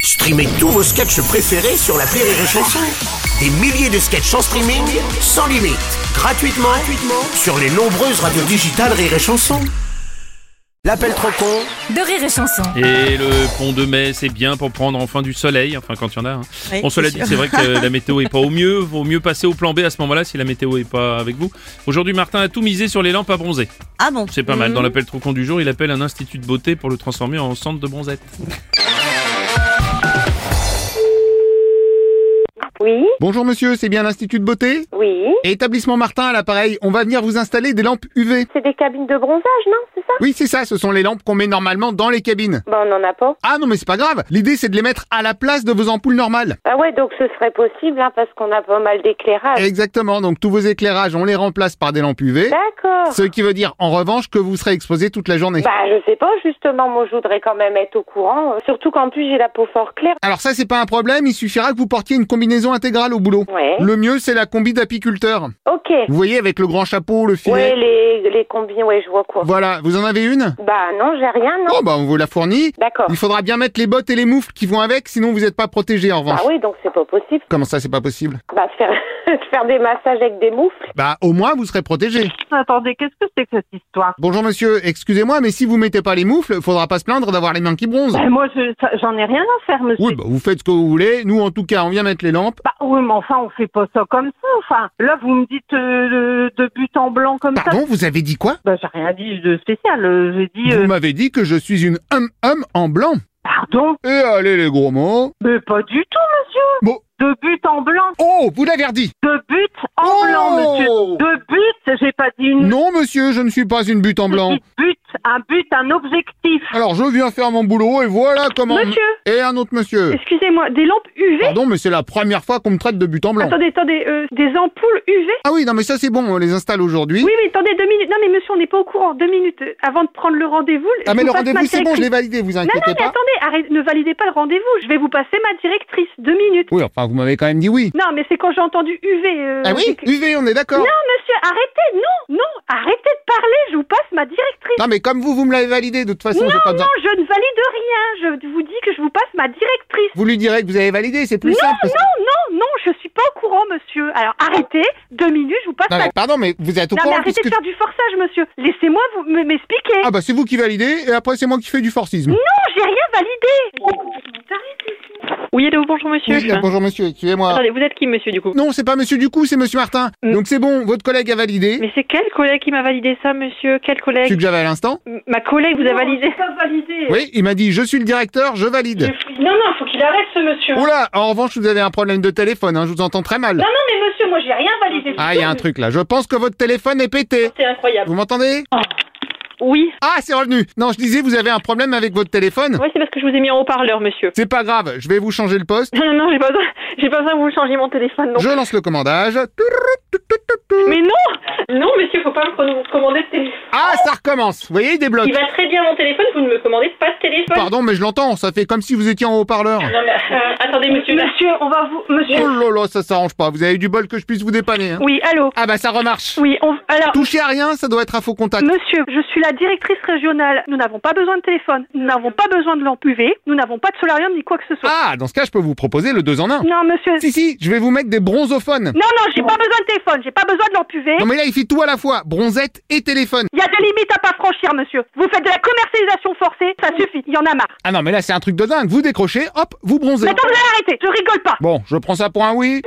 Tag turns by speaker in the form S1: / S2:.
S1: Streamez tous vos sketchs préférés sur la Rire et Chanson. Des milliers de sketchs en streaming, sans limite, gratuitement, gratuitement sur les nombreuses radios digitales Rire et Chanson. L'appel trop con
S2: de rire et chanson.
S3: Et le pont de mai, c'est bien pour prendre enfin du soleil, enfin quand il y en a. hein.
S4: Oui,
S3: bon, cela
S4: c'est
S3: dit,
S4: sûr.
S3: c'est vrai que la météo est pas au mieux. Vaut mieux passer au plan B à ce moment-là si la météo est pas avec vous. Aujourd'hui, Martin a tout misé sur les lampes à bronzer.
S4: Ah bon
S3: C'est pas mal. Dans l'appel trop con du jour, il appelle un institut de beauté pour le transformer en centre de bronzette.
S5: Oui,
S6: Bonjour monsieur, c'est bien l'Institut de beauté
S5: oui.
S6: Et Établissement Martin à l'appareil, on va venir vous installer des lampes UV.
S5: C'est des cabines de bronzage, non C'est ça
S6: Oui, c'est ça, ce sont les lampes qu'on met normalement dans les cabines.
S5: Bah, on n'en a pas.
S6: Ah non mais c'est pas grave, l'idée c'est de les mettre à la place de vos ampoules normales.
S5: Ah ouais, donc ce serait possible, hein, parce qu'on a pas mal d'éclairage.
S6: Exactement, donc tous vos éclairages, on les remplace par des lampes UV,
S5: D'accord.
S6: ce qui veut dire en revanche que vous serez exposé toute la journée.
S5: Bah, je sais pas, justement, moi, je voudrais quand même être au courant. euh, Surtout qu'en plus, j'ai la peau fort claire.
S6: Alors ça c'est pas un problème, il suffira que vous portiez une combinaison intégrale au boulot.
S5: Ouais.
S6: Le mieux c'est la combi d'apiculteur.
S5: Ok.
S6: Vous voyez avec le grand chapeau, le
S5: Ouais,
S6: filet.
S5: les, les combis, ouais, je vois quoi.
S6: Voilà, vous en avez une
S5: Bah, non, j'ai rien, non
S6: Oh bah on vous la fournit.
S5: D'accord.
S6: Il faudra bien mettre les bottes et les moufles qui vont avec, sinon vous n'êtes pas protégé en revanche.
S5: Ah oui, donc c'est pas possible.
S6: Comment ça, c'est pas possible
S5: Bah, se faire, se faire des massages avec des moufles.
S6: Bah, au moins, vous serez protégé.
S7: Attendez, qu'est-ce que c'est que cette histoire
S6: Bonjour monsieur, excusez-moi, mais si vous mettez pas les moufles, faudra pas se plaindre d'avoir les mains qui bronzent.
S5: Bah,
S7: Ben, Moi, je- ça- j'en ai rien à faire, monsieur.
S6: Oui, bah, vous faites ce que vous voulez. Nous, en tout cas, on vient mettre les lampes.
S7: Bah, oui, mais enfin, on fait pas ça comme ça. Enfin, là, vous me dites euh, de but en blanc comme ça.
S6: Pardon, vous avez dit quoi
S7: Bah, j'ai rien dit de spécial. euh, J'ai dit
S6: Vous
S7: euh,
S6: m'avez dit que je suis une hum-hum en blanc.
S7: pardon,
S6: Et allez, les gros mots.
S7: mais pas du tout, monsieur.
S6: Bon.
S7: De but en blanc,
S6: Oh, vous l'avez redit
S7: de but en
S6: Oh
S7: blanc, monsieur. De but, j'ai pas dit une.
S6: Non, monsieur, je ne suis pas une butte en
S7: j'ai
S6: blanc.
S7: dit but, un but, un objectif.
S6: Alors, je viens faire mon boulot et voilà comment...
S8: Monsieur,
S6: Et un autre monsieur.
S8: excusez-moi, des lampes UV
S6: Pardon, mais c'est la première fois qu'on me traite de butte en blanc.
S8: Attendez, attendez, euh, des ampoules UV
S6: Ah oui, non, mais ça, c'est bon, on les installe aujourd'hui.
S8: Oui, mais attendez, deux minutes. Non, mais monsieur, on n'est pas au courant. Deux minutes. euh, Avant de prendre le rendez-vous.
S6: Ah,
S8: je
S6: mais
S8: vous
S6: le
S8: passe ma
S6: rendez-vous, c'est bon, je l'ai
S8: directrice.
S6: validé, vous
S8: Non,
S6: inquiétez
S8: non, mais
S6: pas.
S8: attendez, arrête, ne validez pas le rendez-vous. Je vais vous passer ma directrice. Deux minutes.
S6: Oui, enfin, vous m'avez quand même dit oui.
S8: Non, mais c'est quand j'ai entendu UV. euh,
S6: Ah oui
S8: c'est que-
S6: UV, on est d'accord.
S8: Non, monsieur, arrêtez. Non, non, arrêtez de parler. Je vous passe ma directrice.
S6: Non, mais comme vous, vous me l'avez validé, de toute façon,
S8: Non,
S6: j'ai pas
S8: non,
S6: besoin.
S8: je ne valide rien. Je vous dis que je vous passe ma directrice.
S6: Vous lui direz que vous avez validé, c'est plus
S8: Non,
S6: simple. parce que-
S8: non, non, non, je suis pas au courant, monsieur. Alors arrêtez. Deux minutes, je vous passe
S6: Non,
S8: ma
S6: mais pardon, mais vous êtes au
S8: Non, mais
S6: courant
S8: arrêtez
S6: puisque-
S8: de faire du forçage, monsieur. Laissez-moi vous m- m'expliquer.
S6: Ah bah c'est vous qui validez, et après c'est moi qui fais du forcisme.
S8: Non, j'ai rien validé.
S9: Oui, allô, bonjour monsieur.
S6: Oui, bonjour monsieur, excusez-moi.
S9: Attendez, vous êtes qui monsieur du coup
S6: Non, c'est pas monsieur Ducou, c'est monsieur Martin.
S9: Mm.
S6: Donc c'est bon, votre collègue a validé,
S9: Mais c'est quel collègue qui m'a validé ça monsieur Quel
S6: celui
S9: collègue
S6: que j'avais à l'instant.
S9: M- Ma collègue vous a validé
S8: Pas validé.
S9: Mm.
S6: Oui, il m'a dit, je suis le directeur, je valide.
S8: Non, non, faut qu'il arrête ce monsieur.
S6: Oula, en revanche, vous avez un problème de téléphone, hein, je vous entends très mal.
S8: Non, non, mais monsieur, moi j'ai rien validé.
S6: Ah, il y a un truc là, je pense que votre téléphone est pété.
S8: C'est incroyable.
S6: Vous m'entendez
S9: Ah. Oui.
S6: Ah, c'est revenu. Non, je disais, vous avez un problème avec votre téléphone.
S9: Ouais, c'est parce que je vous ai mis en haut-parleur monsieur.
S6: C'est pas grave, je vais vous changer le poste.
S9: Non, non, non, j'ai pas besoin, j'ai pas besoin que vous changiez mon téléphone non.
S6: Je lance le commandage.
S9: Mais non Non monsieur, faut pas me con- commander de téléphone.
S6: Ah, ça recommence. Vous voyez, il débloque.
S9: Il va très bien mon téléphone, vous ne me commandez pas de téléphone.
S6: Pardon, mais je l'entends, ça fait comme si vous étiez en haut-parleur.
S9: Non, mais, euh, attendez monsieur.
S8: Monsieur, on va vous. Monsieur.
S6: Oh là là, ça s'arrange pas. Vous avez eu du bol que je puisse vous dépanner. hein.
S8: Oui, allô.
S6: Ah bah ça remarche.
S8: Oui, on. Alors.
S6: Touchez à rien, ça doit être à faux contact.
S8: Monsieur, je suis la directrice régionale. Nous n'avons pas besoin de téléphone. Nous n'avons pas besoin de lampe UV. Nous n'avons pas de solarium ni quoi que ce soit.
S6: Ah, dans ce cas, je peux vous proposer le 2 en 1.
S8: Non, monsieur.
S6: Si, si, je vais vous mettre des bronzophones.
S8: Non, non, j'ai pas besoin de téléphone. J'ai pas besoin de lampe UV.
S6: Non mais là, il fait tout à la fois, bronzette et téléphone.
S8: Il y a des limites à pas franchir, monsieur. Vous faites de la commercialisation forcée, ça suffit, il y en a marre.
S6: Ah non, mais là, c'est un truc de dingue. Vous décrochez, hop, vous bronzez.
S8: Mais attends, vous allez arrêter, je rigole pas.
S6: Bon, je prends ça pour un oui.